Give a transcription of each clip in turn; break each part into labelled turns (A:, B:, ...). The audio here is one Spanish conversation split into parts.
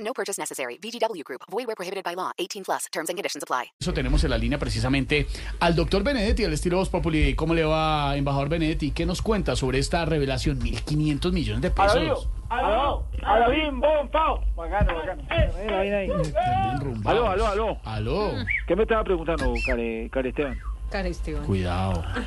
A: No purchase necessary. VGW Group. Void where prohibited by law. 18 plus. Terms and conditions apply.
B: Eso tenemos en la línea precisamente al doctor Benedetti, al estilo Voz Populi. ¿Cómo le va, embajador Benedetti? ¿Qué nos cuenta sobre esta revelación? 1.500 millones de pesos.
C: Aló, aló, bien, bon, pao. Bacano, bacano. Aló, aló, aló.
B: Aló,
C: ¿Qué me estaba preguntando, Care, Care Esteban?
D: Cara Esteban.
B: cuidado.
C: ¿Qué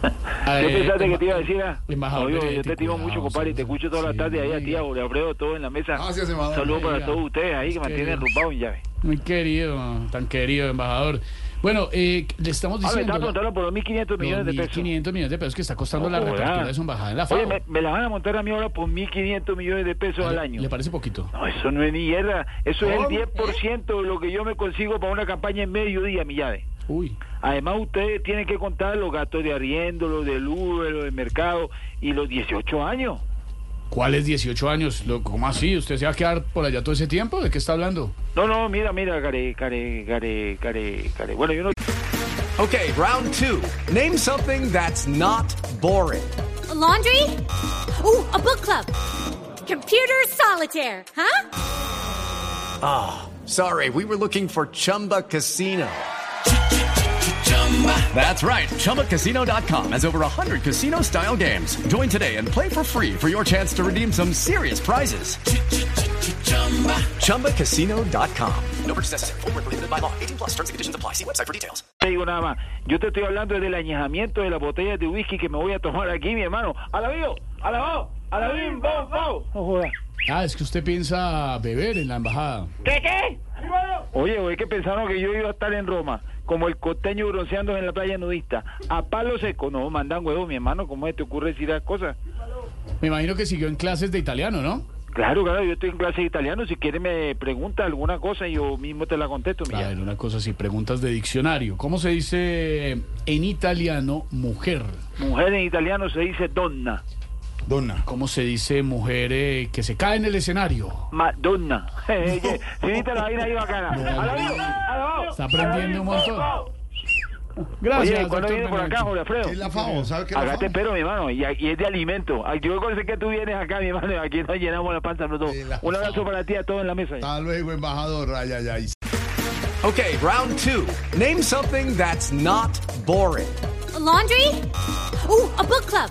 B: Eh,
C: pensaste que te iba a
B: emba-
C: decir? ah?
B: embajador
C: No, yo-
B: Benedetti,
C: yo te estimo mucho,
B: cuidado,
C: compadre, y te
B: sí,
C: escucho toda la
B: sí,
C: tarde ahí a
B: sí.
C: ti, a Alfredo, todo en la mesa.
E: Gracias, embajador.
C: Saludos para
B: Oiga.
C: todos ustedes ahí que mantienen
B: Querido.
C: rumbados en llave. Ah,
B: Muy querido, tan querido embajador. Bueno, eh, le estamos
C: Ah, me estaba
B: diciendo...
C: preguntando por los 1.500 millones de pesos.
B: 1.500 millones de pesos que está costando la
C: Ojo,
B: reapertura
C: ¿verdad?
B: de su embajada en la FAO.
C: Oye, me, me la van a montar a mí ahora por 1.500 millones de pesos al año.
B: ¿Le parece poquito?
C: No, eso no es ni mierda. Eso es el
E: ¿Cómo?
C: 10% de lo que yo me consigo para una campaña en mediodía, mi llave.
B: Uy,
C: Además, ustedes tienen que contar los gastos de arriendo, los del Uber, los del mercado y los 18 años.
B: ¿cuáles 18 años? Lo- ¿Cómo así? ¿Usted se va a quedar por allá todo ese tiempo? ¿De qué está hablando?
C: No, no, mira, mira, care, care, care, care, care. Bueno, yo no.
F: Okay, round two. Name something that's not boring.
G: laundry? Ooh, a book club. Computer solitaire, huh?
F: Sorry, we were looking for Chumba Casino. That's right, ChumbaCasino.com has over 100 casino style games. Join today and play for free for your chance to redeem some serious prizes. ChumbaCasino.com. No purchase necessary, forward, prohibited by law, 18 plus terms and conditions apply. See website for details.
C: Te digo nada más. Yo te estoy hablando del añejamiento de las botellas de whisky que me voy a tomar aquí, mi hermano. ¡A la vivo! ¡A la vivo! ¡A la vivo! ¡Vamos, vamos! No jodas.
B: Ah, es que usted piensa beber en la embajada.
C: ¿Qué, qué? Oye, oye, que pensaron que yo iba a estar en Roma, como el costeño bronceando en la playa nudista. A palo seco. No, mandan huevos, mi hermano. ¿Cómo se te ocurre decir las cosas?
B: Me imagino que siguió en clases de italiano, ¿no?
C: Claro, claro, yo estoy en clase de italiano. Si quieres, me pregunta alguna cosa y yo mismo te la contesto.
B: A
C: Mira.
B: ver, una cosa así, preguntas de diccionario. ¿Cómo se dice en italiano mujer?
C: Mujer en italiano se dice donna,
E: Donna.
B: ¿Cómo se dice mujer eh, que se cae en el escenario?
C: madonna. Oye, Si viste la vaina ahí bacana.
B: No.
C: ¡A la vivo! ¡A la vivo!
B: Está aprendiendo un montón. Gracias,
C: Oye, ¿cuándo
B: doctor
C: viene por acá,
B: Benedetti.
C: Jorge Alfredo?
E: ¿Qué es la FAO? ¿Sabe qué es la
C: Acá te
E: FAO?
C: espero, mi hermano, y, y es de alimento. Ay, Yo sé que tú vienes acá, mi hermano, y aquí nos llenamos la panza los dos.
E: Sí, la-
C: Un abrazo para ti a todos en la mesa.
E: Hasta Ah, luego, embajador. Ay, ay, ay.
F: Okay, round two. Name something that's not boring.
G: A laundry? Ooh, a book club.